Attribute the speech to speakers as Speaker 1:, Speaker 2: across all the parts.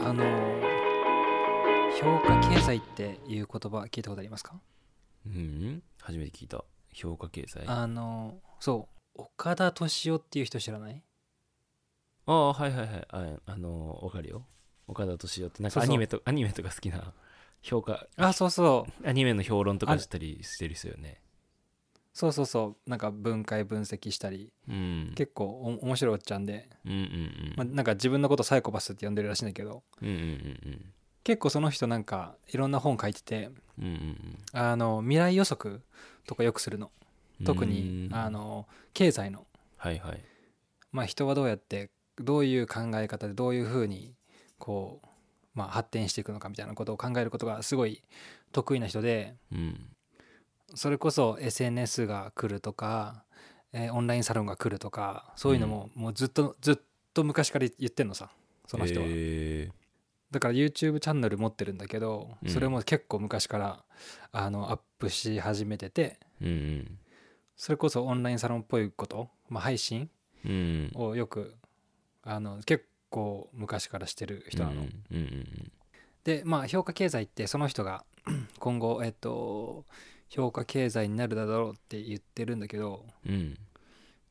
Speaker 1: あの評価経済っていう言葉聞いたことありますか、
Speaker 2: うん初めて聞いた評価経済あ
Speaker 1: あのそう岡田敏夫っていう人知らない
Speaker 2: あはいはいはいああのわかるよ岡田敏夫ってなん
Speaker 1: そう
Speaker 2: かア
Speaker 1: そう
Speaker 2: ニメとアニメとか好きな評価
Speaker 1: あそうそう
Speaker 2: アニメの評論とかしたりしてる人よね
Speaker 1: そうそうそうなんか分解分析したり
Speaker 2: うん
Speaker 1: 結構お面白いおっちゃんで、
Speaker 2: うんうんう
Speaker 1: まあ、
Speaker 2: ん
Speaker 1: なんか自分のことサイコパスって呼んでるらしいんだけど
Speaker 2: うんうんうん
Speaker 1: 結構その人なんかいろんな本書いてて
Speaker 2: うんうんうん
Speaker 1: あの未来予測とかよくするの
Speaker 2: うん
Speaker 1: 特に
Speaker 2: うん
Speaker 1: あの経済の、
Speaker 2: はいはい
Speaker 1: まあ、人はどうやってどういう考え方でどういうふうにこう、まあ、発展していくのかみたいなことを考えることがすごい得意な人で
Speaker 2: うん
Speaker 1: それこそ SNS が来るとか、えーオンラインサロンが来るとかそういうのも,、もうずっとずっと昔から言ってんのさその人は、
Speaker 2: へ
Speaker 1: だから YouTube チャンネル持ってるんだけど
Speaker 2: うん
Speaker 1: それも結構昔からあのアップし始めてて
Speaker 2: えうん
Speaker 1: それこそオンラインサロンっぽいこと、まあ、配信
Speaker 2: うんうん
Speaker 1: をよくあの結構昔からしてる人なの。
Speaker 2: うんうんうん
Speaker 1: でまあ評価経済ってその人が 今後、えっと、評価経済になるだろうって言ってるんだけど
Speaker 2: うん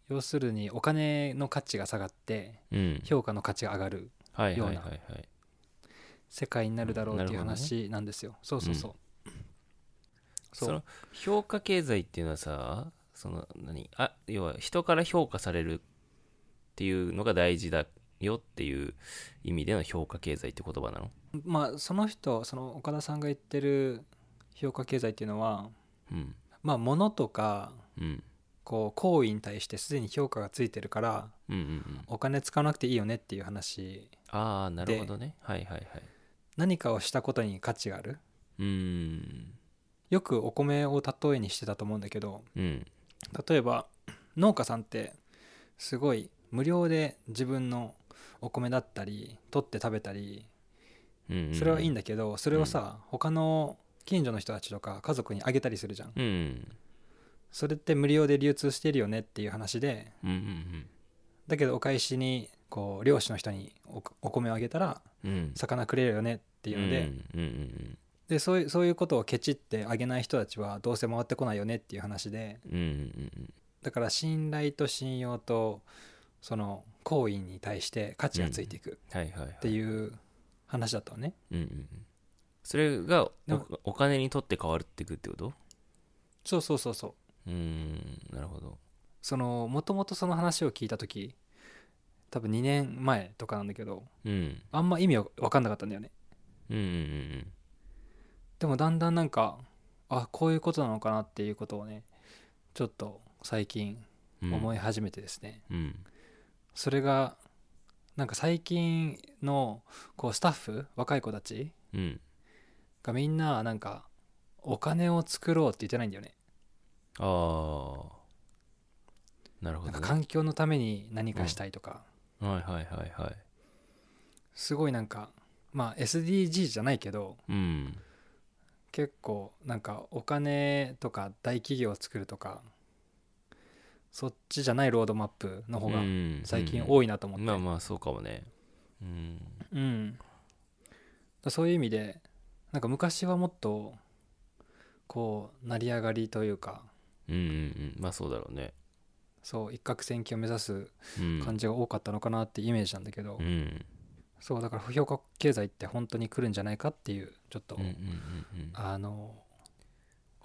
Speaker 1: 要するにお金の価値が下がって
Speaker 2: うん
Speaker 1: 評価の価値が上がる
Speaker 2: はい
Speaker 1: よう
Speaker 2: はい
Speaker 1: な
Speaker 2: はいはい
Speaker 1: 世界になるだろうっていう
Speaker 2: なるほどね
Speaker 1: 話なんですよ。そうそうそう。
Speaker 2: そ
Speaker 1: そう
Speaker 2: の評価経済っていうのはさその何あ要は人から評価されるっていうのが大事だよっていう意味での評価経済って言葉なの
Speaker 1: まあその人その岡田さんが言ってる評価経済っていうのは
Speaker 2: うん
Speaker 1: まあ物とか
Speaker 2: うん
Speaker 1: こう行為に対してすでに評価がついてるから
Speaker 2: うんうんうん
Speaker 1: お金使わなくていいよねっていう話
Speaker 2: ああなるほどねはいはいはい
Speaker 1: 何かをしたことに価値がある
Speaker 2: うーん
Speaker 1: よくお米を例えにしてたと思うんだけど
Speaker 2: うん
Speaker 1: 例えば農家さんってすごい無料で自分のお米だったり取って食べたり
Speaker 2: うんうん
Speaker 1: それはいいんだけどそれをさ他の近所の人たちとか家族にあげたりするじゃん
Speaker 2: うんうん
Speaker 1: それって無料で流通してるよねっていう話で
Speaker 2: うんうん
Speaker 1: だけどお返しにこう漁師の人におお米をあげたら
Speaker 2: うんうん
Speaker 1: 魚くれるよねっていうので,、
Speaker 2: うんうんうん
Speaker 1: でそういうそういうことをケチってあげない人たちはどうせ回ってこないよねっていう話で
Speaker 2: うんうんうん
Speaker 1: だから信頼と信用とその行為に対して価値がついていく
Speaker 2: はいはいはい
Speaker 1: っていう話だったのね、
Speaker 2: うんうんうんそれがお
Speaker 1: でも
Speaker 2: お金にとって変わっていくってこと
Speaker 1: そうそうそうそう
Speaker 2: うーんなるほど
Speaker 1: そのもともとその話を聞いた時多分2年前とかなんだけど
Speaker 2: うん
Speaker 1: あんま意味わ分かんなかったんだよね
Speaker 2: うんうんうん
Speaker 1: でもだんだんなんかあこういうことなのかなっていうことをねちょっと最近
Speaker 2: うん
Speaker 1: 思い始めてですね、
Speaker 2: うん
Speaker 1: それがなんか最近のこうスタッフ若い子たち
Speaker 2: うん
Speaker 1: がみんななんかお金を作ろうって言ってないんだよね
Speaker 2: ああなるほ
Speaker 1: な
Speaker 2: ど、
Speaker 1: んか、
Speaker 2: ね
Speaker 1: 環境のために何かしたいとか、
Speaker 2: はいはいはいはい
Speaker 1: すごいなんかまあ SDG じゃないけど
Speaker 2: うん
Speaker 1: 結構なんかお金とか大企業を作るとかそっちじゃないロードマップの方が最近多
Speaker 2: い
Speaker 1: いなと思って、
Speaker 2: まあまあそうかもねうん
Speaker 1: うん、だそういう意味でなんか昔はもっとこう成り上がりというか
Speaker 2: うんうんうんまあそうだろうね
Speaker 1: そう一攫千金を目指す
Speaker 2: うん
Speaker 1: 感じが多かったのかなってイメージなんだけど、
Speaker 2: うんうん
Speaker 1: そうだから不評価経済って本当に来るんじゃないかっていうちょっと、
Speaker 2: うんうんうんうん
Speaker 1: あの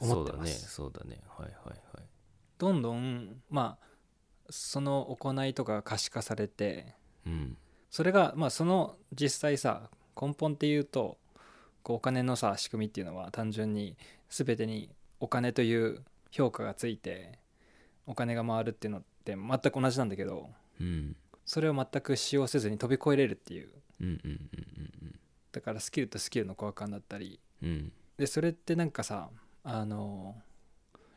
Speaker 2: そ
Speaker 1: 思っ
Speaker 2: う
Speaker 1: て
Speaker 2: だ
Speaker 1: ま
Speaker 2: ね
Speaker 1: す、
Speaker 2: そうだねはいはいはい
Speaker 1: どんどんまあその行いとかが可視化されて
Speaker 2: うん
Speaker 1: それがまあその実際さ根本っていうとこうお金のさ仕組みっていうのは単純に全てにお金という評価がついてお金が回るっていうのって全く同じなんだけど
Speaker 2: うん
Speaker 1: それを全く使用せずに飛び越えれるっていう
Speaker 2: うんうんうん
Speaker 1: だからスキルとスキルの交換だったり
Speaker 2: うんうん
Speaker 1: でそれってなんかさあの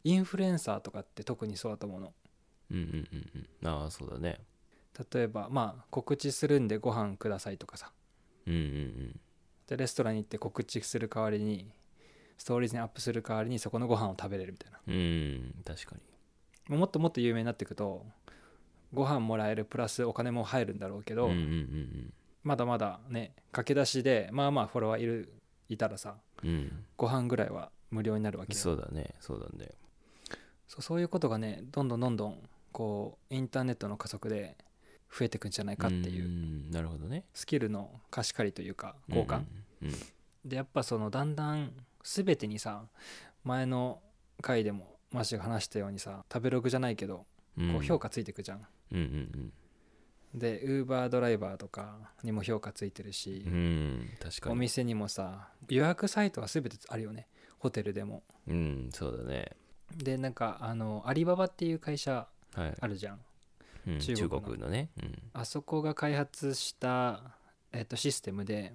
Speaker 1: インフルエンサーとかって特にそうだと思うの
Speaker 2: うんうんうんうんうんああそうだね
Speaker 1: 例えばまあ告知するんでご飯くださいとかさ
Speaker 2: うんうん
Speaker 1: でレストランに行って告知する代わりにストーリーズにアップする代わりにそこのご飯を食べれるみたいな
Speaker 2: うんうん確かに
Speaker 1: もうもっともっと有名になっていくとご飯もらえるプラスお金も入るんだろうけど、
Speaker 2: うんうんうん
Speaker 1: まだまだね駆け出しでまあまあフォロワーいるいたらさ
Speaker 2: うん
Speaker 1: ご飯ぐらいは無料になるわけよ
Speaker 2: そうだねそうだね
Speaker 1: そうそういうことがねどんどんどんどんこうインターネットの加速で増えていくんじゃないかっていううん
Speaker 2: なるほどね
Speaker 1: スキルの貸し借りというか交換、
Speaker 2: うんうん
Speaker 1: でやっぱそのだんだん全てにさ前の回でもマシが話したようにさ食べログじゃないけど
Speaker 2: うん
Speaker 1: こう評価ついていくじゃん、
Speaker 2: うんうん
Speaker 1: でウーバードライバーとかにも評価ついてるし
Speaker 2: うん、うん確か
Speaker 1: お
Speaker 2: に
Speaker 1: 店にもさ予約サイトは全てあるよねホテルでも
Speaker 2: うんそうだね
Speaker 1: でなんかあのアリババっていう会社
Speaker 2: はい
Speaker 1: あるじゃん
Speaker 2: うん
Speaker 1: 中
Speaker 2: 中
Speaker 1: 国の
Speaker 2: 国のねうん
Speaker 1: あそこが開発した、えっと、システムで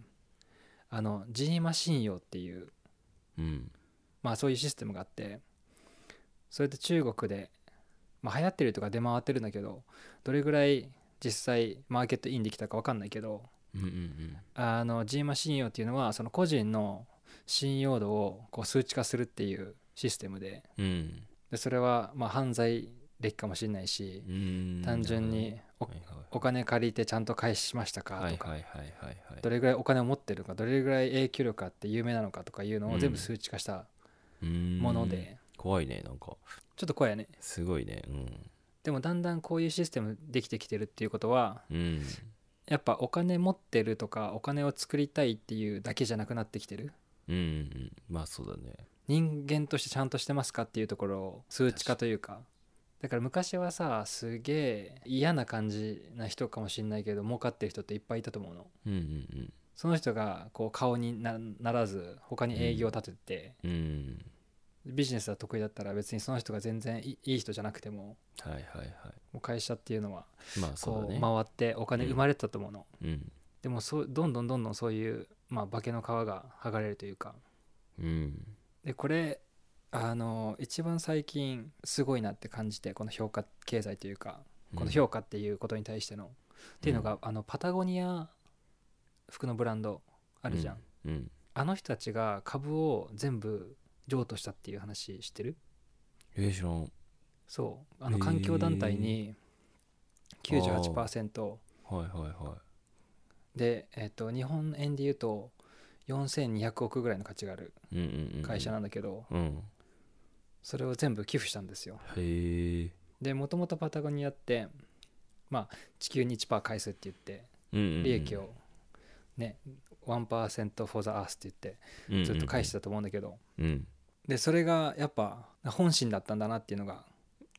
Speaker 1: あの G マシン用っていう、
Speaker 2: うん
Speaker 1: まあ、そういうシステムがあってそれで中国で、まあ、流行ってるとか出回ってるんだけどどれぐらい実際マーケットインできたか分かんないけど
Speaker 2: うんうん
Speaker 1: あの G マ信用っていうのはその個人の信用度をこう数値化するっていうシステムで
Speaker 2: うんうん
Speaker 1: でそれはまあ犯罪歴かもしれないし
Speaker 2: うん
Speaker 1: 単純にお
Speaker 2: なるほどね
Speaker 1: お金借りてちゃんと返しましたかとか、
Speaker 2: はいはいはいはいはいはい
Speaker 1: どれぐらいお金を持ってるかどれぐらい影響力あって有名なのかとかいうの
Speaker 2: う
Speaker 1: を
Speaker 2: ん
Speaker 1: 全部数値化したも
Speaker 2: も
Speaker 1: ので、
Speaker 2: 怖いねなんか
Speaker 1: ちょっと怖いよね
Speaker 2: すごいねうん
Speaker 1: でもだんだんこういうシステムできてきてるっていうことは
Speaker 2: うん
Speaker 1: やっぱお金持ってるとかお金を作りたいっていうだけじゃなくなってきてる
Speaker 2: うんうんまあそうだね
Speaker 1: 人間としてちゃんとしてますかっていうところを数値化というかだから昔はさすげえ嫌な感じな人かもしんないけど儲かってる人っていっぱいいたと思うの
Speaker 2: うんうん
Speaker 1: その人がこう顔になならず他に営業立てて、
Speaker 2: うんうん
Speaker 1: ビジネスが得意だったら別にその人が全然いいい人じゃなくても
Speaker 2: はいはいは
Speaker 1: もう会社っていうのはい
Speaker 2: まあそう
Speaker 1: こ
Speaker 2: だ
Speaker 1: う
Speaker 2: ね
Speaker 1: 回ってお金
Speaker 2: うん
Speaker 1: 生まれてたと思うの、
Speaker 2: うん
Speaker 1: でもそうどんどんどんどんそういう、まあ、化けの皮が剥がれるというか
Speaker 2: うん
Speaker 1: でこれあの一番最近すごいなって感じてこの評価経済というかこの評価っていうことに対しての、っていうのが、あのパタゴニア服のブランドあるじゃん、
Speaker 2: うんうん
Speaker 1: あの人たちが株を全部譲渡したっていう話知ってる
Speaker 2: えー知らん
Speaker 1: そうあの環境団体に98%
Speaker 2: はいはいは
Speaker 1: で、えっと日本円で言うと4200億ぐらいの価値がある
Speaker 2: いうんうんうん
Speaker 1: 会社なんだけど、
Speaker 2: うん
Speaker 1: それを全部寄付したんですよ
Speaker 2: へえ
Speaker 1: でもともとパタゴニアってまあ地球に1%返すって言って利
Speaker 2: 利
Speaker 1: 益をね、1% for the earth って言ってずっと返してたと思うんだけど、
Speaker 2: うん
Speaker 1: でそれがやっぱ本心だったんだなっていうのが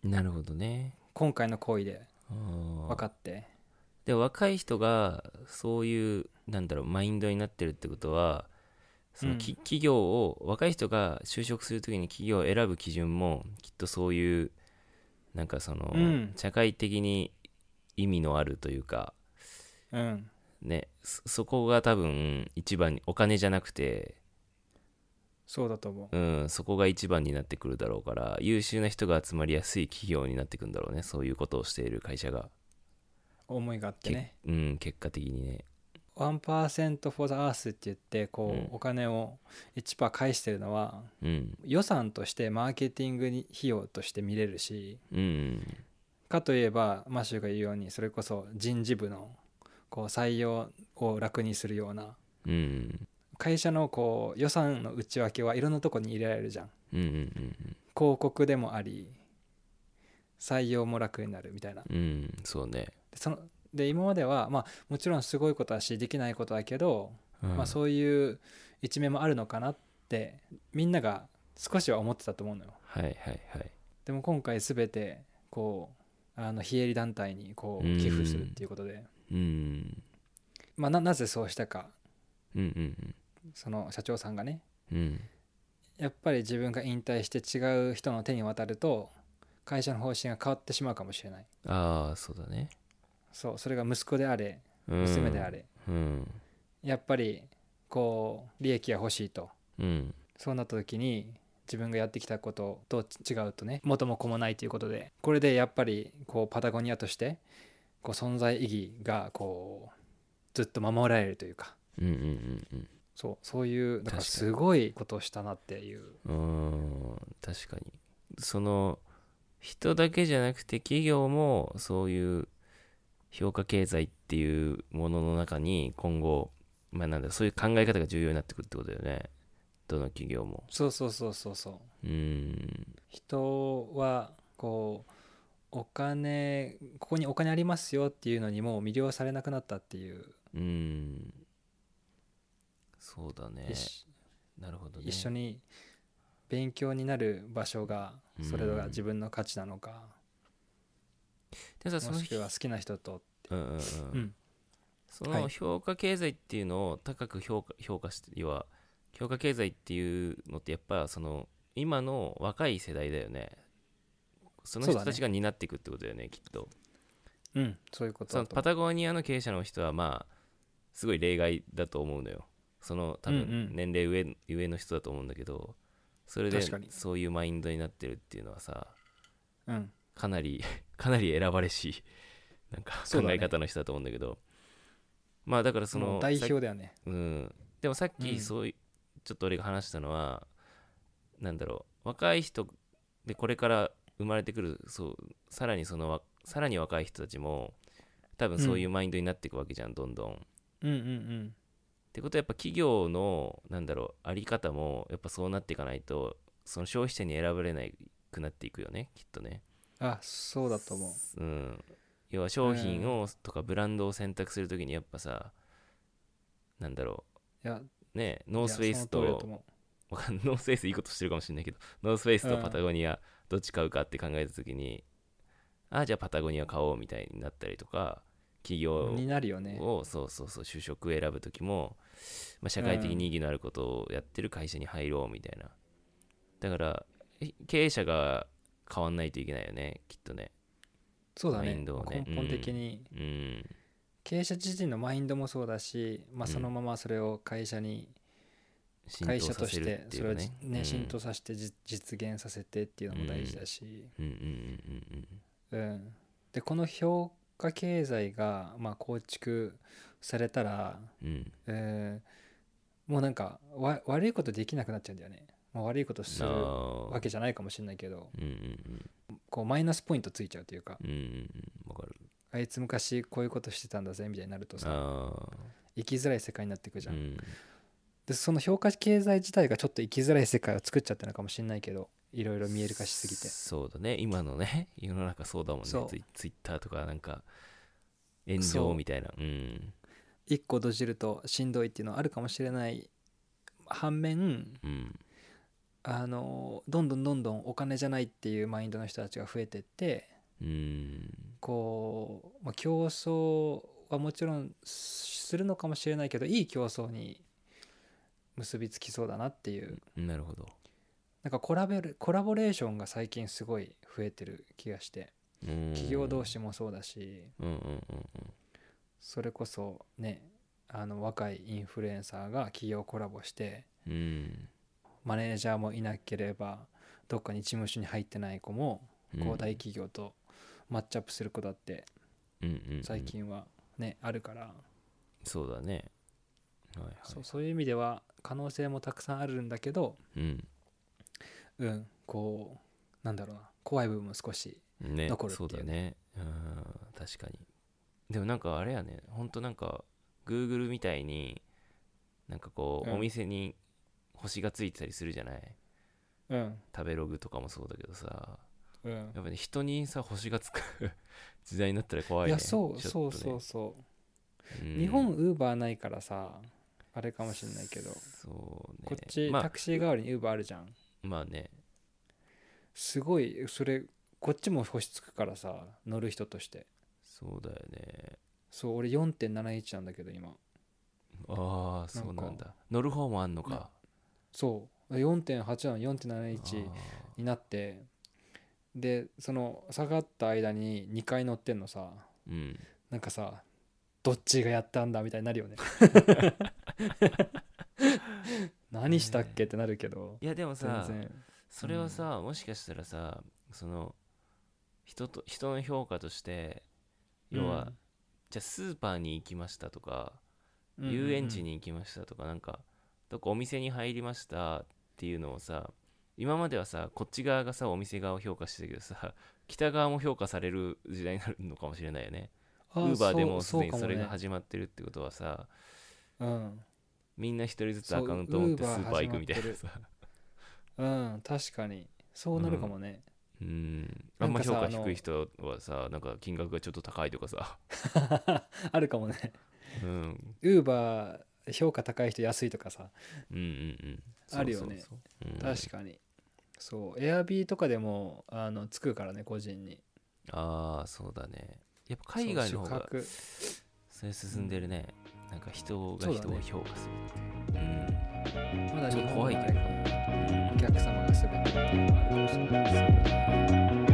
Speaker 2: なるほどね
Speaker 1: 今回の行為で分
Speaker 2: 分
Speaker 1: かって
Speaker 2: で若い人がそういうなんだろうマインドになってるってことはその
Speaker 1: う
Speaker 2: き、
Speaker 1: ん
Speaker 2: 企業を若い人が就職するときに企業を選ぶ基準もきっとそういうなんかその、
Speaker 1: うん
Speaker 2: 社会的に意味のあるというか
Speaker 1: うん
Speaker 2: ねそそこが多分一番にお金じゃなくて、
Speaker 1: そうだと思う
Speaker 2: うん、そこが一番になってくるだろうから優秀な人が集まりやすい企業になってくんだろうねそういうことをしている会社が、
Speaker 1: 思いがあってね
Speaker 2: うん、結果的にね
Speaker 1: 1% for the earth って言ってこう、
Speaker 2: うん
Speaker 1: お金を1%返してるのは
Speaker 2: うん
Speaker 1: 予算としてマーケティングに費用として見れるし
Speaker 2: うん
Speaker 1: かといえばマシューが言うようにそれこそ人事部のこう採用を楽にするような
Speaker 2: うんうん
Speaker 1: 会社のこう予算の内訳はいろんなとこに入れられるじゃん
Speaker 2: うんうん
Speaker 1: 広告でもあり採用も楽になるみたいな
Speaker 2: うんうんそうね、
Speaker 1: でそので今まではまあもちろんすごいことだしできないことだけど
Speaker 2: うん
Speaker 1: まあ、そういう一面もあるのかなってみんなが少しは思ってたと思うのよ
Speaker 2: はいはいはい
Speaker 1: でも今回全てこうあの非営利団体にこう
Speaker 2: うん
Speaker 1: 寄付するっていうことで、
Speaker 2: うん
Speaker 1: まあ、ななぜそうしたか
Speaker 2: うんうん
Speaker 1: その社長さんがね
Speaker 2: うんうん
Speaker 1: やっぱり自分が引退して違う人の手に渡ると会社の方針が変わってしまうかもしれない
Speaker 2: ああそうだね、
Speaker 1: そうそれが息子であれ
Speaker 2: うん、
Speaker 1: 娘であれ、
Speaker 2: うん
Speaker 1: やっぱりこう利益が欲しいと
Speaker 2: うん
Speaker 1: そうなった時に自分がやってきたことと違うとね元も子もないということでこれでやっぱりこうパタゴニアとしてこう存在意義がこうずっと守られるというか
Speaker 2: うんうん
Speaker 1: そうそういうだから
Speaker 2: 確か
Speaker 1: す
Speaker 2: に
Speaker 1: ごいことをしたなっていう
Speaker 2: うんうんうーん確かにその人だけじゃなくて企業もそういう評価経済っっていうものの中に今後、まあ、なんだそういう考え方が重要になってくるってことだよねどの企業も
Speaker 1: そうそうそうそうそう
Speaker 2: うーん
Speaker 1: 人はこうお金ここにお金ありますよっていうのにもう魅了されなくなったっていう、
Speaker 2: うーんそうだね
Speaker 1: 一
Speaker 2: なるほどね
Speaker 1: 一緒に勉強になる場所が
Speaker 2: うん
Speaker 1: それが自分の価値なのか、
Speaker 2: でもさそ
Speaker 1: も
Speaker 2: の
Speaker 1: しくは好きな人と、
Speaker 2: うんうんう
Speaker 1: うんん、
Speaker 2: そ
Speaker 1: は
Speaker 2: の
Speaker 1: い
Speaker 2: 評価経済っていうのを高く評価評価して要は評価経済っていうのってやっぱその今の若い世代だよねその
Speaker 1: そう
Speaker 2: 人
Speaker 1: だね
Speaker 2: たちが担っていくってことだよねきっと
Speaker 1: うん、そういうこと
Speaker 2: その
Speaker 1: だと
Speaker 2: パタゴニアの経営者の人はまあすごい例外だと思うのよその多
Speaker 1: うんう
Speaker 2: 分
Speaker 1: ん
Speaker 2: 年齢上,、上の人だと思うんだけどそれで
Speaker 1: 確かに
Speaker 2: そういうマインドになってるっていうのはさ
Speaker 1: うん、
Speaker 2: かなり かなり選ばれしなんか
Speaker 1: そう
Speaker 2: 考
Speaker 1: だね
Speaker 2: え方の人だと思うんだけどまあだからそ
Speaker 1: も
Speaker 2: の
Speaker 1: う代
Speaker 2: さっき
Speaker 1: 表だよね
Speaker 2: うん、でもさっ
Speaker 1: うん
Speaker 2: きそういう、ちょっと俺が話したのはなんだろう若い人でこれから生まれてくるそうさらにそのわさらに若い人たちも多分そういううマインドになっていくわけじゃん、どんどん。っ
Speaker 1: うんうんうん
Speaker 2: てことはやっぱ企業のなんだろうあり方もやっぱそうなっていかないとその消費者に選ばれなくなっていくよねきっとね。
Speaker 1: あそうだと思う
Speaker 2: うん、要は商品をとかブランドを選択するときにやっぱさなんだろ
Speaker 1: いや
Speaker 2: うね
Speaker 1: ノ
Speaker 2: ノースフェイスとわかん ないノースフェイスいいことしてるかもしれないけどノースフェイスとパタゴニアどっち買うかって考えた時に、ああじゃあパタゴニア買おうみたいになったりとか企業
Speaker 1: になるよね
Speaker 2: をそうそうそう就職選ぶ時も、まあ、社会的に意義のあることをやってる会社に入ろうみたいなだからえ経営者が変わんないといけないよねきっとね
Speaker 1: そうだ
Speaker 2: マ
Speaker 1: ね
Speaker 2: インドをね
Speaker 1: 根本的に
Speaker 2: うん
Speaker 1: 経営者自身のマインドもそうだし、まあ、
Speaker 2: うん
Speaker 1: そのままそれを会社に、
Speaker 2: 浸
Speaker 1: 会
Speaker 2: 透
Speaker 1: 社
Speaker 2: さ
Speaker 1: と
Speaker 2: せ
Speaker 1: し
Speaker 2: る
Speaker 1: て
Speaker 2: ってい
Speaker 1: そうれ
Speaker 2: か
Speaker 1: を
Speaker 2: ね
Speaker 1: じ、ね浸透させてじ実現させてっていうのも大事だし、
Speaker 2: うんうんうんうん
Speaker 1: うん、でこの評価経済が、まあ、構築されたら、
Speaker 2: うんうん
Speaker 1: えーもうなんかわ悪いことできなくなっちゃうんだよね、まあ、悪いことする
Speaker 2: な
Speaker 1: わ
Speaker 2: あ
Speaker 1: けじゃないかもしれないけど
Speaker 2: うんうん
Speaker 1: こうマイナスポイントついちゃうというか
Speaker 2: うんうんうんわかる
Speaker 1: あいつ昔こういうことしてたんだぜみたいになるとさ
Speaker 2: ああ
Speaker 1: 生きづらい世界になっていくじゃん、
Speaker 2: うん
Speaker 1: でその評価経済自体がちょっと生きづらい世界を作っちゃったのかもしれないけどいろいろ見える化しすぎて
Speaker 2: そうだね今のね 世の中そうだもんね
Speaker 1: そう
Speaker 2: ツイツイッターとかなんか炎上みたいなうん
Speaker 1: 一個閉じるとしんどいっていうのはあるかもしれない反面
Speaker 2: うん
Speaker 1: あのどんどんどんどんお金じゃないっていうマインドの人たちが増えてって
Speaker 2: うん
Speaker 1: こう、まあ、競争はもちろんするのかもしれないけどいい競争に結びつきそうだなっていう
Speaker 2: なるほど
Speaker 1: なんかコラベルコラボレーションが最近すごい増えてる気がして
Speaker 2: 企
Speaker 1: 企業同士もそうだし、
Speaker 2: うんうんうん
Speaker 1: それこそねあの若いインフルエンサーが企業コラボして
Speaker 2: うんうん
Speaker 1: マネージャーもいなければどっかに事務所に入ってない子も
Speaker 2: うん
Speaker 1: こう大企業とマッチアップする子だって
Speaker 2: うんうんうん
Speaker 1: 最近はねあるから
Speaker 2: そうだねはいはい
Speaker 1: そうそういう意味では可能性もたくさんあるんだけど
Speaker 2: うん
Speaker 1: うんこうなんだろうな怖い部分も少し
Speaker 2: ね
Speaker 1: 残るって
Speaker 2: そ
Speaker 1: いううね
Speaker 2: だねうん確かにでもなんかあれやねほんとなんか Google みたいになんかこう、
Speaker 1: うん
Speaker 2: お店に星がついてたりするじゃない
Speaker 1: うん
Speaker 2: 食べログとかもそうだけどさ
Speaker 1: うん
Speaker 2: やっぱね人にさ星がつく 時代になったら怖い
Speaker 1: い
Speaker 2: ね
Speaker 1: やそう
Speaker 2: ち
Speaker 1: そ
Speaker 2: ょ
Speaker 1: う
Speaker 2: っとね
Speaker 1: そうそう
Speaker 2: うん
Speaker 1: 日本ウーバーないからさあれかもしれないけど
Speaker 2: そうね
Speaker 1: こっち
Speaker 2: ま
Speaker 1: タ
Speaker 2: あ
Speaker 1: クシー代わりにウーバーあるじゃん
Speaker 2: まあね
Speaker 1: すごいそれこっちも星つくからさ乗る人として
Speaker 2: そうだよね
Speaker 1: そう俺4.71なんだけど今
Speaker 2: ああそうな
Speaker 1: なんん
Speaker 2: だ乗る方もあんのか
Speaker 1: そう4.8なの4.71
Speaker 2: あ
Speaker 1: になってでその下がった間に2回乗ってんのさ
Speaker 2: ーうん
Speaker 1: なんかさどっちがやったんだみたいにな るよね何したっけってなるけど
Speaker 2: いやでも
Speaker 1: 全
Speaker 2: さ
Speaker 1: 然
Speaker 2: それはさ、もしかしたらさその人と人の評価として要は、じゃあスーパーに行きましたとか、
Speaker 1: うんうんうん
Speaker 2: 遊園地に行きましたとかなんかどこお店に入りましたっていうのをさ今まではさこっち側が さお店側を評価してたけどさ北側も評価される時代になるのかもしれないよね
Speaker 1: ウ
Speaker 2: ウーバーでもうす
Speaker 1: そうそう
Speaker 2: でに
Speaker 1: かも
Speaker 2: それが
Speaker 1: ね
Speaker 2: 始まってるってことはさ
Speaker 1: うん
Speaker 2: みんな一人ずつ
Speaker 1: そう
Speaker 2: アカウント持ってス
Speaker 1: Uber
Speaker 2: ーパー行くみたいなさ
Speaker 1: うん確かにそうなるかもね、
Speaker 2: うんあ
Speaker 1: なんん
Speaker 2: ま
Speaker 1: か
Speaker 2: 評
Speaker 1: さ
Speaker 2: 価
Speaker 1: あの
Speaker 2: 低い人はさなんか金額がちょっと高いとかさ
Speaker 1: あるかもね
Speaker 2: うん
Speaker 1: ウーバー評価高い人安いとかさ
Speaker 2: うんうんうん
Speaker 1: あるよね
Speaker 2: そうそうそううん
Speaker 1: 確かに、そうエアビーとかでもあのつくからね個人に
Speaker 2: ああそうだねやっぱ海外の方
Speaker 1: そう
Speaker 2: が
Speaker 1: 宿泊
Speaker 2: それ進んでるねなんか人が
Speaker 1: そうだ
Speaker 2: 人
Speaker 1: ね
Speaker 2: を評価するっていううん
Speaker 1: まだ日
Speaker 2: ちょっと怖
Speaker 1: 本
Speaker 2: い
Speaker 1: は
Speaker 2: けど
Speaker 1: お客様が全てっていうのがあるかもしれないですけどね